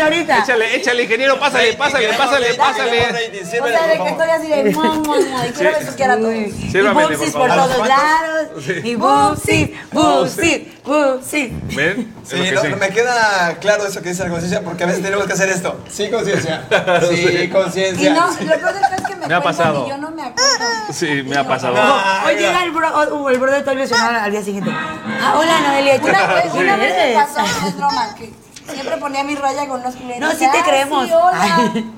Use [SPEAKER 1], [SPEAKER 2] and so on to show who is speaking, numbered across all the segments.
[SPEAKER 1] ahorita.
[SPEAKER 2] Échale, échale, ingeniero, pásale, pásale, pásale, pásale.
[SPEAKER 1] O sea, de que estoy así de mom, mom, mom, y quiero besuquear a todos. Y
[SPEAKER 2] Sírvamele,
[SPEAKER 1] bubsis
[SPEAKER 2] por
[SPEAKER 1] por
[SPEAKER 2] favor.
[SPEAKER 1] todos lados. Y bubsis, bubsis, bubsis.
[SPEAKER 2] ¿Ven? Es
[SPEAKER 3] Sí,
[SPEAKER 2] lo que
[SPEAKER 3] no,
[SPEAKER 2] sí.
[SPEAKER 3] me queda claro eso que dice la conciencia, porque a veces tenemos que hacer esto. Sí, conciencia. Sí,
[SPEAKER 1] Y
[SPEAKER 3] conciencia.
[SPEAKER 1] no, lo peor del caso es que me,
[SPEAKER 2] Me ha
[SPEAKER 1] cuentan
[SPEAKER 2] pasado.
[SPEAKER 1] y yo no me acuerdo.
[SPEAKER 2] Sí, me ha pasado.
[SPEAKER 1] Hoy llega el bro, o- o el bro de todo lesionado al día siguiente. Ah, hola Noelia, ¿tú
[SPEAKER 4] Una vez,
[SPEAKER 1] eres?
[SPEAKER 4] una vez me pasó
[SPEAKER 1] Ah,
[SPEAKER 4] en broma que siempre ponía mi raya con unos culeros.
[SPEAKER 1] No, sí
[SPEAKER 4] Ah,
[SPEAKER 1] te creemos.
[SPEAKER 4] sí, hola.
[SPEAKER 1] Ay.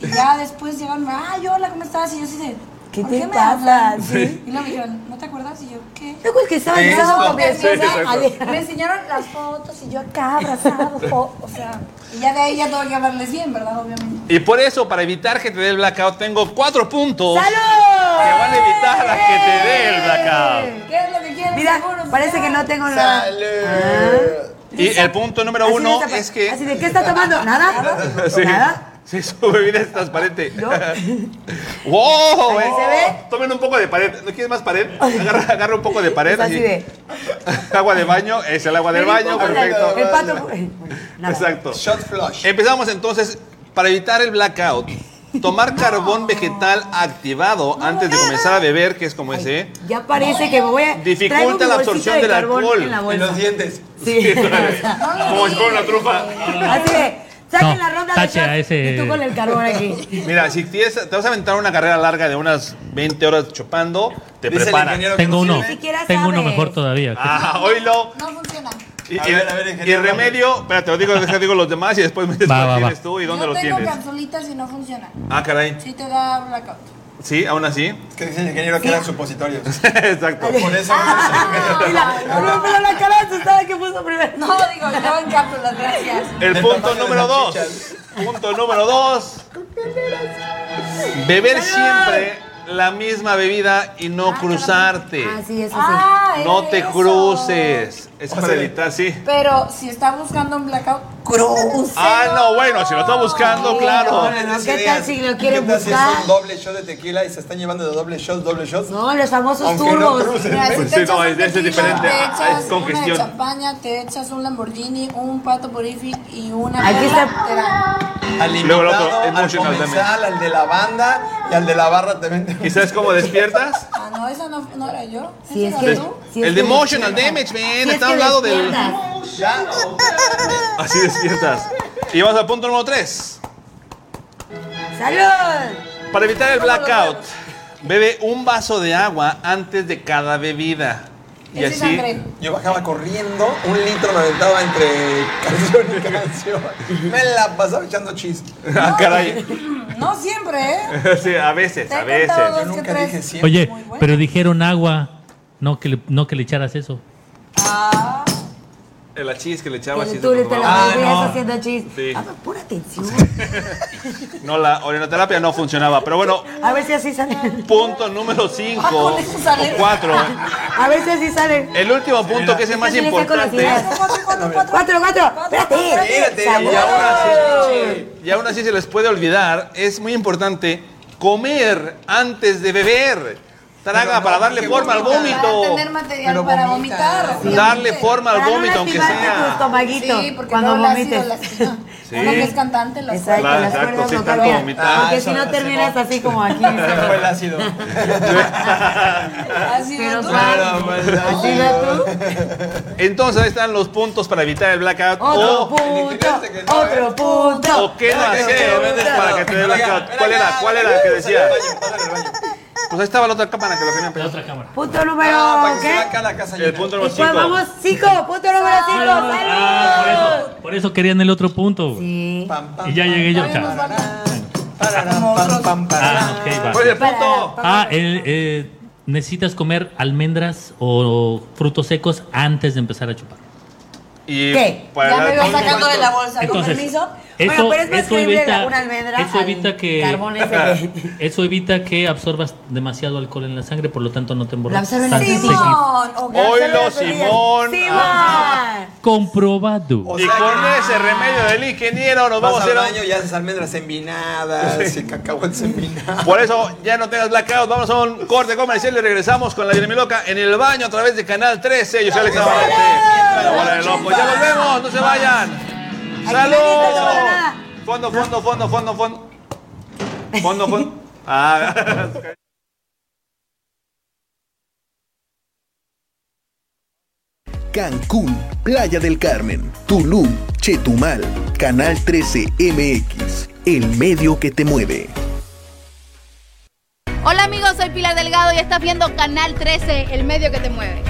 [SPEAKER 4] Y ya después llegaron, ay, hola, ¿cómo estás? Y yo sí de,
[SPEAKER 1] ¿Qué
[SPEAKER 4] "¿Por
[SPEAKER 1] te
[SPEAKER 4] me
[SPEAKER 1] pasa?
[SPEAKER 4] hablan?"
[SPEAKER 1] Sí.
[SPEAKER 4] Y luego me dijeron, ¿no te acuerdas? Y yo, ¿qué?
[SPEAKER 1] Luego el que estaba
[SPEAKER 3] Eso.
[SPEAKER 1] estaba con
[SPEAKER 4] Me enseñaron-
[SPEAKER 1] confianza.
[SPEAKER 4] me enseñaron las fotos y yo acá abrazado, jo- o sea, y ya de ahí ya tengo que hablarles bien, ¿verdad? Obviamente.
[SPEAKER 2] Y por eso, para evitar que te dé el blackout, tengo cuatro puntos
[SPEAKER 1] ¡Salud!
[SPEAKER 2] que van a evitar a que te dé el blackout.
[SPEAKER 4] ¿Qué es lo que quieren?
[SPEAKER 1] Mira,
[SPEAKER 4] Seguros,
[SPEAKER 1] parece
[SPEAKER 4] ya.
[SPEAKER 1] que no tengo nada. Ah.
[SPEAKER 3] Salud.
[SPEAKER 2] Y el punto número
[SPEAKER 1] Así
[SPEAKER 2] uno
[SPEAKER 1] de tapa-
[SPEAKER 2] es que
[SPEAKER 1] Así de, ¿qué está tomando? ¿Nada?
[SPEAKER 2] Sí.
[SPEAKER 1] ¿Nada?
[SPEAKER 2] Sí, su bebida es transparente.
[SPEAKER 1] ¿No?
[SPEAKER 2] ¡Wow!
[SPEAKER 1] Ahí
[SPEAKER 2] eh.
[SPEAKER 1] se ve.
[SPEAKER 2] Tomen un poco de pared. ¿No quieres más pared? Agarra, agarra un poco de pared.
[SPEAKER 1] Pues Así de.
[SPEAKER 2] Agua de baño, es el agua del
[SPEAKER 1] Ven,
[SPEAKER 2] baño,
[SPEAKER 1] pongo la-
[SPEAKER 2] perfecto.
[SPEAKER 1] El pato. eh, nada.
[SPEAKER 2] Exacto.
[SPEAKER 3] Shot flush.
[SPEAKER 2] Empezamos entonces para evitar el blackout. Tomar carbón vegetal activado antes de comenzar a beber, que es como ese.
[SPEAKER 1] Ya parece que me voy a.
[SPEAKER 2] Dificulta
[SPEAKER 1] traigo mi bolsita
[SPEAKER 2] la absorción
[SPEAKER 1] de
[SPEAKER 2] del
[SPEAKER 1] carbón
[SPEAKER 2] alcohol.
[SPEAKER 1] En la
[SPEAKER 3] en
[SPEAKER 1] bolsa.
[SPEAKER 3] los dientes.
[SPEAKER 1] Sí.
[SPEAKER 2] Como si fuera una trufa.
[SPEAKER 1] Así de. Saquen
[SPEAKER 5] No,
[SPEAKER 1] la ronda de
[SPEAKER 5] tache a
[SPEAKER 1] shots
[SPEAKER 5] ese-
[SPEAKER 1] y tú con el carbón aquí.
[SPEAKER 2] Mira, si tienes- te vas a aventar una carrera larga de unas 20 horas chupando, te
[SPEAKER 3] Dice el
[SPEAKER 2] preparas.
[SPEAKER 3] ingeniero que
[SPEAKER 5] Tengo
[SPEAKER 3] no
[SPEAKER 5] uno.
[SPEAKER 3] sirve.
[SPEAKER 1] siquiera
[SPEAKER 5] Tengo uno
[SPEAKER 1] sabe.
[SPEAKER 5] mejor todavía.
[SPEAKER 2] Ah, oílo.
[SPEAKER 4] No funciona.
[SPEAKER 2] Y,
[SPEAKER 3] A
[SPEAKER 2] y-
[SPEAKER 3] ver, a ver,
[SPEAKER 2] y
[SPEAKER 3] ingeniero.
[SPEAKER 2] remedio, espérate, lo digo, deja, digo los demás y después me dices
[SPEAKER 5] Va,
[SPEAKER 2] cuál
[SPEAKER 5] va, va.
[SPEAKER 2] tienes tú y dónde lo
[SPEAKER 4] yo tengo
[SPEAKER 2] tienes.
[SPEAKER 4] capsulitas y no funciona.
[SPEAKER 2] Ah, caray.
[SPEAKER 4] Sí te da blackout.
[SPEAKER 2] Sí, aún así.
[SPEAKER 3] Que dice el ingeniero que eran supositorios.
[SPEAKER 2] Exacto.
[SPEAKER 3] Por eso.
[SPEAKER 1] Y la, no, pero la cara asustada que puso primero.
[SPEAKER 4] No, digo, yo en cápsulas, gracias.
[SPEAKER 2] El
[SPEAKER 3] Del
[SPEAKER 2] punto
[SPEAKER 3] tamaño de
[SPEAKER 2] número dos.
[SPEAKER 3] salchichas.
[SPEAKER 2] Punto número dos. Beber siempre la misma bebida y no cruzarte.
[SPEAKER 1] Así es, así.
[SPEAKER 4] Ah,
[SPEAKER 2] No
[SPEAKER 4] era
[SPEAKER 2] te
[SPEAKER 4] eso.
[SPEAKER 2] cruces. Es
[SPEAKER 3] O
[SPEAKER 2] para
[SPEAKER 3] sea,
[SPEAKER 2] evitar, sí.
[SPEAKER 4] Pero si está buscando un blackout, cruce.
[SPEAKER 2] Ah, no, bueno, si lo está buscando, claro.
[SPEAKER 3] Ponen unas
[SPEAKER 1] ¿Qué tal
[SPEAKER 3] ideas.
[SPEAKER 1] si lo quieren
[SPEAKER 3] ¿Qué tal si
[SPEAKER 1] buscar?
[SPEAKER 3] es un doble shot de tequila y se están llevando de doble shot, doble shot?
[SPEAKER 1] No, los famosos
[SPEAKER 3] Aunque no
[SPEAKER 1] turbos.
[SPEAKER 3] cruces.
[SPEAKER 4] Mira, si
[SPEAKER 2] Pues
[SPEAKER 4] te
[SPEAKER 2] sí,
[SPEAKER 4] echas
[SPEAKER 2] no,
[SPEAKER 4] un
[SPEAKER 2] es- es
[SPEAKER 4] tequila,
[SPEAKER 2] diferente.
[SPEAKER 4] Te
[SPEAKER 2] Ah,
[SPEAKER 4] echas
[SPEAKER 2] es con
[SPEAKER 4] una
[SPEAKER 2] gestión.
[SPEAKER 4] de champaña, te echas un Lamborghini, un pato porific y una.
[SPEAKER 1] Aquí
[SPEAKER 4] cola,
[SPEAKER 1] está-
[SPEAKER 4] te dan.
[SPEAKER 3] Al
[SPEAKER 2] Luego el otro,
[SPEAKER 3] invitado, al
[SPEAKER 2] emotional también.
[SPEAKER 3] comensal, al de la banda y al de la barra también.
[SPEAKER 2] ¿Y sabes cómo despiertas?
[SPEAKER 4] Ah, no, esa no, no era yo.
[SPEAKER 1] Si es
[SPEAKER 4] ¿Esa
[SPEAKER 1] que.
[SPEAKER 4] eras tú?
[SPEAKER 1] si es
[SPEAKER 2] El
[SPEAKER 1] que
[SPEAKER 2] de emotional
[SPEAKER 1] despiertas.
[SPEAKER 2] damage,
[SPEAKER 1] Si
[SPEAKER 2] man.
[SPEAKER 1] es
[SPEAKER 2] Está
[SPEAKER 1] que
[SPEAKER 2] al lado del.
[SPEAKER 1] despiertas.
[SPEAKER 3] Ya.
[SPEAKER 2] Así despiertas. Y vamos al punto número tres.
[SPEAKER 1] ¡Salud!
[SPEAKER 2] Para evitar el blackout, bebe un vaso de agua antes de cada bebida. Y
[SPEAKER 4] Ese es
[SPEAKER 2] así.
[SPEAKER 4] André.
[SPEAKER 3] Yo bajaba corriendo, un litro me aventaba entre canción y canción. Me la pasaba echando chis.
[SPEAKER 2] Ah, caray.
[SPEAKER 4] No siempre, ¿eh?
[SPEAKER 2] Sí, a veces,
[SPEAKER 4] Te
[SPEAKER 2] a
[SPEAKER 4] he contado
[SPEAKER 2] veces.
[SPEAKER 4] dos
[SPEAKER 3] Yo
[SPEAKER 4] que
[SPEAKER 3] nunca
[SPEAKER 4] tres.
[SPEAKER 3] dije siempre.
[SPEAKER 5] Oye,
[SPEAKER 4] muy bueno.
[SPEAKER 5] pero dijeron agua, no que le, no que le echaras eso.
[SPEAKER 4] Ah,
[SPEAKER 2] La chis que le echaba así.
[SPEAKER 1] Que tú le te
[SPEAKER 3] Ah,
[SPEAKER 1] la volvías
[SPEAKER 3] no.
[SPEAKER 1] haciendo chis.
[SPEAKER 2] Sí.
[SPEAKER 1] Ah, pon atención.
[SPEAKER 2] No, la orinoterapia no funcionaba. Pero bueno,
[SPEAKER 1] A ver si así sale.
[SPEAKER 2] punto número
[SPEAKER 4] Ah,
[SPEAKER 2] 5
[SPEAKER 4] con eso sale.
[SPEAKER 2] o 4.
[SPEAKER 1] A ver si así sale.
[SPEAKER 2] El último punto que es el más
[SPEAKER 1] Yo también saco las
[SPEAKER 2] importante.
[SPEAKER 1] ideas.
[SPEAKER 4] cuatro, cuatro, cuatro.
[SPEAKER 1] Cuatro, cuatro.
[SPEAKER 3] Espérate,
[SPEAKER 1] Espérate.
[SPEAKER 3] y ahora sí.
[SPEAKER 2] Y aún así se les puede olvidar, es muy importante comer antes de beber.
[SPEAKER 3] Pero
[SPEAKER 2] Traga
[SPEAKER 3] no,
[SPEAKER 2] para darle
[SPEAKER 3] qué
[SPEAKER 2] forma al
[SPEAKER 3] bonita.
[SPEAKER 2] vómito.
[SPEAKER 4] Para tener material
[SPEAKER 3] Pero
[SPEAKER 4] para
[SPEAKER 3] vomita.
[SPEAKER 4] vomitar. sí,
[SPEAKER 2] Darle
[SPEAKER 4] obviamente.
[SPEAKER 2] forma al
[SPEAKER 1] Para no
[SPEAKER 2] vómito, aunque
[SPEAKER 1] lastimarte tu
[SPEAKER 2] sea.
[SPEAKER 1] estomaguito
[SPEAKER 4] Sí, porque
[SPEAKER 1] cuando
[SPEAKER 4] luego el ácido
[SPEAKER 1] vomites.
[SPEAKER 4] lastima.
[SPEAKER 2] Sí.
[SPEAKER 4] Uno que es cantante las
[SPEAKER 1] Exacto,
[SPEAKER 2] Claro,
[SPEAKER 1] las
[SPEAKER 2] exacto,
[SPEAKER 1] cuerdas
[SPEAKER 2] sí, tanto
[SPEAKER 1] vocales.
[SPEAKER 2] vomitar.
[SPEAKER 1] Porque
[SPEAKER 3] Ah,
[SPEAKER 1] si
[SPEAKER 3] eso
[SPEAKER 1] no
[SPEAKER 3] me
[SPEAKER 1] terminas
[SPEAKER 3] cebó.
[SPEAKER 1] así como aquí.
[SPEAKER 3] Fue el ácido.
[SPEAKER 4] Así
[SPEAKER 1] Pero
[SPEAKER 4] de tú.
[SPEAKER 1] claro, así no tú.
[SPEAKER 2] Entonces ahí están los puntos para evitar el blackout.
[SPEAKER 1] Otro
[SPEAKER 2] o-
[SPEAKER 1] punto,
[SPEAKER 3] dijiste que no,
[SPEAKER 1] otro
[SPEAKER 3] ¿eh?
[SPEAKER 1] punto.
[SPEAKER 2] ¿O qué no
[SPEAKER 3] Venga,
[SPEAKER 2] hacer
[SPEAKER 3] venga,
[SPEAKER 2] para
[SPEAKER 3] venga,
[SPEAKER 2] que te dé
[SPEAKER 3] venga,
[SPEAKER 2] blackout?
[SPEAKER 3] venga,
[SPEAKER 2] ¿Cuál era?
[SPEAKER 3] venga,
[SPEAKER 2] ¿Cuál era
[SPEAKER 3] venga,
[SPEAKER 2] que
[SPEAKER 3] pásale
[SPEAKER 2] decía?
[SPEAKER 3] al baño, pásale al baño.
[SPEAKER 2] Pues ahí estaba la otra cámara que lo querían
[SPEAKER 5] La
[SPEAKER 2] pegar.
[SPEAKER 5] otra cámara.
[SPEAKER 1] Punto
[SPEAKER 3] Ah, para
[SPEAKER 1] número,
[SPEAKER 3] que se va
[SPEAKER 1] ¿qué?
[SPEAKER 3] acá la casa
[SPEAKER 2] El
[SPEAKER 3] llena.
[SPEAKER 2] punto
[SPEAKER 1] Y
[SPEAKER 2] número
[SPEAKER 1] pues
[SPEAKER 2] 5.
[SPEAKER 1] vamos, cinco, punto número cinco,
[SPEAKER 5] Ah,
[SPEAKER 1] salud.
[SPEAKER 5] por eso, por eso querían el otro punto.
[SPEAKER 1] Sí.
[SPEAKER 3] Pam, pam,
[SPEAKER 5] Y ya
[SPEAKER 3] pam,
[SPEAKER 5] llegué yo.
[SPEAKER 4] Todavía
[SPEAKER 5] chao.
[SPEAKER 4] nos van a-
[SPEAKER 3] pararán, pam, pam, pararán.
[SPEAKER 5] Ah, ok, va.
[SPEAKER 2] ¿Cuál es el
[SPEAKER 1] Para-
[SPEAKER 2] punto?
[SPEAKER 1] para-
[SPEAKER 5] Ah, el, eh, necesitas comer almendras o frutos secos antes de empezar a chupar.
[SPEAKER 2] Y
[SPEAKER 1] ¿Qué?
[SPEAKER 2] para
[SPEAKER 4] Ya
[SPEAKER 2] la-
[SPEAKER 4] me veo sacando de la bolsa. Con
[SPEAKER 5] Entonces,
[SPEAKER 4] permiso.
[SPEAKER 5] eso,
[SPEAKER 1] bueno, pero es más
[SPEAKER 5] eso
[SPEAKER 1] creíble
[SPEAKER 5] evita,
[SPEAKER 1] una almendra
[SPEAKER 5] eso
[SPEAKER 1] al
[SPEAKER 5] evita que
[SPEAKER 1] carbón ese.
[SPEAKER 5] eso evita que absorbas demasiado alcohol en la sangre, por lo tanto no te
[SPEAKER 1] La
[SPEAKER 5] emborrachas.
[SPEAKER 1] absorben
[SPEAKER 5] tan
[SPEAKER 1] las
[SPEAKER 5] seguido.
[SPEAKER 4] Simón. o
[SPEAKER 2] Hoy
[SPEAKER 4] García
[SPEAKER 2] lo
[SPEAKER 4] de Solís.
[SPEAKER 2] Simón.
[SPEAKER 1] ¡Simón!
[SPEAKER 5] Comprobado.
[SPEAKER 3] O
[SPEAKER 2] Y
[SPEAKER 3] sea,
[SPEAKER 2] con ese remedio del ingeniero nos vamos
[SPEAKER 3] Vas
[SPEAKER 2] a
[SPEAKER 3] al
[SPEAKER 2] ir a-
[SPEAKER 3] baño y haces almendras envinadas y cacahuetes envinados.
[SPEAKER 2] Por eso ya no tengas blackout. Vamos a un corte comercial y regresamos con la Loca en el baño a través de Canal 13. Yo soy Alex Navarrete. La bola de loco. Ya volvemos, no se vayan.
[SPEAKER 1] Aquí nadie está tomando
[SPEAKER 2] ¡Salud!
[SPEAKER 1] nada.
[SPEAKER 2] fondo, fondo, fondo, fondo, fondo. Fondo, fondo. Ah,
[SPEAKER 6] Cancún, Playa del Carmen, Tulum, Chetumal, Canal 13 MX, el medio que te mueve.
[SPEAKER 7] Hola amigos, soy Pilar Delgado y estás viendo Canal 13, el medio que te mueve.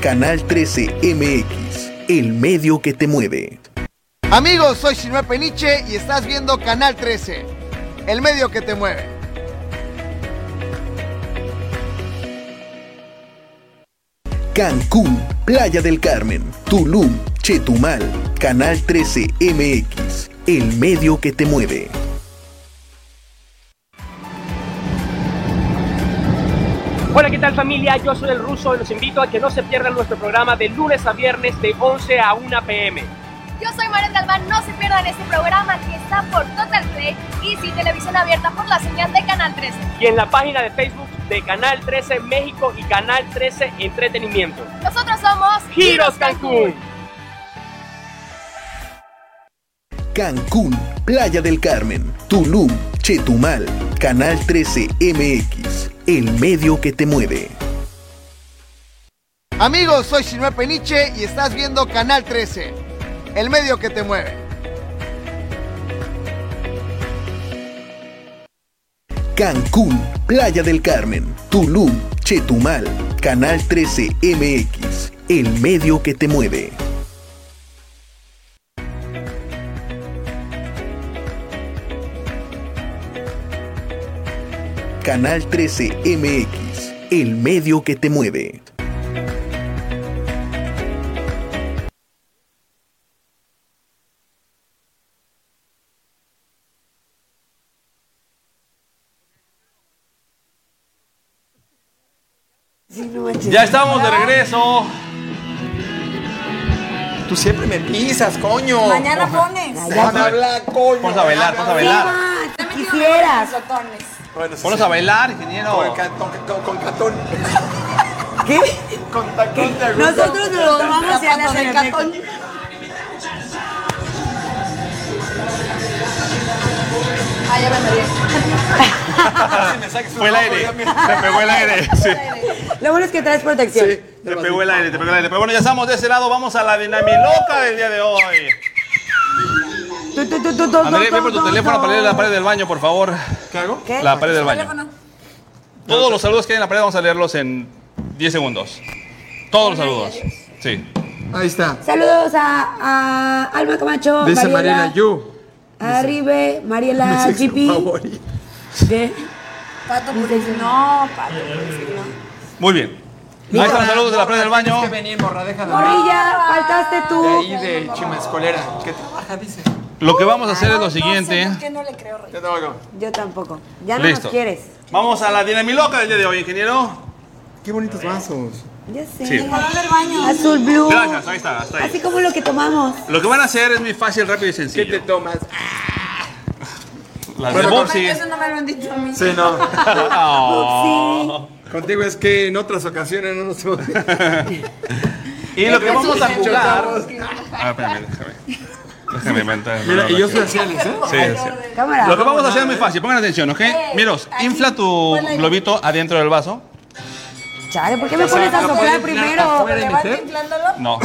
[SPEAKER 6] Canal 13 MX, el medio que te mueve.
[SPEAKER 8] Amigos, soy Sinue Peniche y estás viendo Canal 13, el medio que te mueve.
[SPEAKER 6] Cancún, Playa del Carmen, Tulum, Chetumal, Canal 13 MX, el medio que te mueve.
[SPEAKER 9] Hola, ¿qué tal familia? Yo soy el ruso y los invito a que no se pierdan nuestro programa de lunes a viernes de 11 a 1 pm.
[SPEAKER 7] Yo soy Marian Galván, no se pierdan este programa que está por Total Play y sin televisión abierta por la señal de Canal 13.
[SPEAKER 9] Y en la página de Facebook de Canal 13 México y Canal 13 Entretenimiento.
[SPEAKER 7] Nosotros somos
[SPEAKER 9] Giros Cancún.
[SPEAKER 6] Cancún, Playa del Carmen, Tulum, Chetumal, Canal 13 MX, el medio que te mueve.
[SPEAKER 8] Amigos, soy Sinue Peniche y estás viendo Canal 13, el medio que te mueve.
[SPEAKER 6] Cancún, Playa del Carmen, Tulum, Chetumal, Canal 13 MX, el medio que te mueve. Canal 13 MX, el medio que te mueve.
[SPEAKER 1] Sí, no manches.
[SPEAKER 2] ya estamos de regreso.
[SPEAKER 3] Tú siempre me pisas, coño.
[SPEAKER 2] oh,
[SPEAKER 4] Mañana pones.
[SPEAKER 3] Van a hablar, coño.
[SPEAKER 2] Vamos a bailar, vamos a bailar.
[SPEAKER 1] Ah, Quisieras.
[SPEAKER 4] Sotones.
[SPEAKER 3] Bueno, sí,
[SPEAKER 2] Vamos
[SPEAKER 3] sí.
[SPEAKER 2] a bailar,
[SPEAKER 3] Con, el
[SPEAKER 2] ingeniero.
[SPEAKER 3] ca- con- con- con catón.
[SPEAKER 1] ¿Qué?
[SPEAKER 3] Con tacón de aguja.
[SPEAKER 1] Nosotros nos lo vamos a
[SPEAKER 4] Zapato de
[SPEAKER 1] hacer
[SPEAKER 4] catón. Ah, ya me mareé.
[SPEAKER 3] Si me saques un
[SPEAKER 2] Fue el
[SPEAKER 3] ojo,
[SPEAKER 2] aire.
[SPEAKER 3] ya me-
[SPEAKER 2] Te pegó el aire. Sí.
[SPEAKER 1] Lo bueno es que traes protección.
[SPEAKER 2] Te pegó el aire, te pegó el aire. Pero bueno, ya estamos de ese lado. Vamos a la dinamiloca del día de hoy.
[SPEAKER 1] Tu, tu, tu, tu, tu,
[SPEAKER 2] André,
[SPEAKER 1] tu,
[SPEAKER 2] ve por tu
[SPEAKER 1] tu,
[SPEAKER 2] teléfono
[SPEAKER 1] tu.
[SPEAKER 2] para leer la pared del baño, por favor.
[SPEAKER 3] ¿Qué hago?
[SPEAKER 1] ¿Qué?
[SPEAKER 2] La pared del baño.
[SPEAKER 4] Teléfono.
[SPEAKER 2] Todos los saludos que hay en la pared vamos a leerlos en 10 segundos. Todos los saludos. Sí.
[SPEAKER 8] Ahí está.
[SPEAKER 1] Saludos a, a Alma Camacho.
[SPEAKER 3] Dice Mariela Yu.
[SPEAKER 1] Arribe, Mariela
[SPEAKER 3] mi sección
[SPEAKER 1] Chipi.
[SPEAKER 3] favorita.
[SPEAKER 1] ¿Qué?
[SPEAKER 4] Pato Purés. No, Pato Purés, no.
[SPEAKER 2] Muy bien. Ahí están los saludos de la pared del baño.
[SPEAKER 3] Tienes que venir, morra, déjala.
[SPEAKER 1] Morrilla, faltaste
[SPEAKER 3] De
[SPEAKER 1] tú.
[SPEAKER 3] ahí de Chimascolera. ¿Qué trabaja, dice?
[SPEAKER 2] Lo que vamos a hacer es
[SPEAKER 4] No,
[SPEAKER 2] lo
[SPEAKER 4] no sé
[SPEAKER 2] siguiente.
[SPEAKER 4] por qué no le creo, Rey.
[SPEAKER 3] ¿Qué trabajo?
[SPEAKER 1] Yo tampoco. Ya no
[SPEAKER 2] Listo.
[SPEAKER 1] nos quieres.
[SPEAKER 2] Vamos a la dinamiloca del día de hoy, ingeniero.
[SPEAKER 3] Qué bonitos vasos.
[SPEAKER 1] Ya sé.
[SPEAKER 2] Sí.
[SPEAKER 4] Color del baño.
[SPEAKER 1] Azul blue.
[SPEAKER 2] Gracias, ahí está, hasta
[SPEAKER 1] Así
[SPEAKER 2] ahí.
[SPEAKER 1] como lo que tomamos.
[SPEAKER 2] Lo que van a hacer es muy fácil, rápido y
[SPEAKER 3] ¿Qué te
[SPEAKER 2] sencillo.
[SPEAKER 3] tomas?
[SPEAKER 2] Las de
[SPEAKER 3] Bueno,
[SPEAKER 2] Bobsy.
[SPEAKER 4] Eso no me lo han dicho a mí.
[SPEAKER 3] Sí, no.
[SPEAKER 2] Oh.
[SPEAKER 3] Contigo es que en otras ocasiones no nos hemos
[SPEAKER 2] Y lo que vamos a
[SPEAKER 3] Entonces,
[SPEAKER 2] jugar. Ah, espérame, déjame. Déjame inventar.
[SPEAKER 3] Mira, y yo soy asiales, ¿eh?
[SPEAKER 2] Sí, sí.
[SPEAKER 1] Cámara.
[SPEAKER 2] Lo que vamos a hacer es muy fácil, pongan atención, ¿ok? Miros, infla tu globito adentro del vaso.
[SPEAKER 1] Chale, ¿por qué me pones a soplar primero?
[SPEAKER 4] ¿Le vas inflándolo?
[SPEAKER 2] No.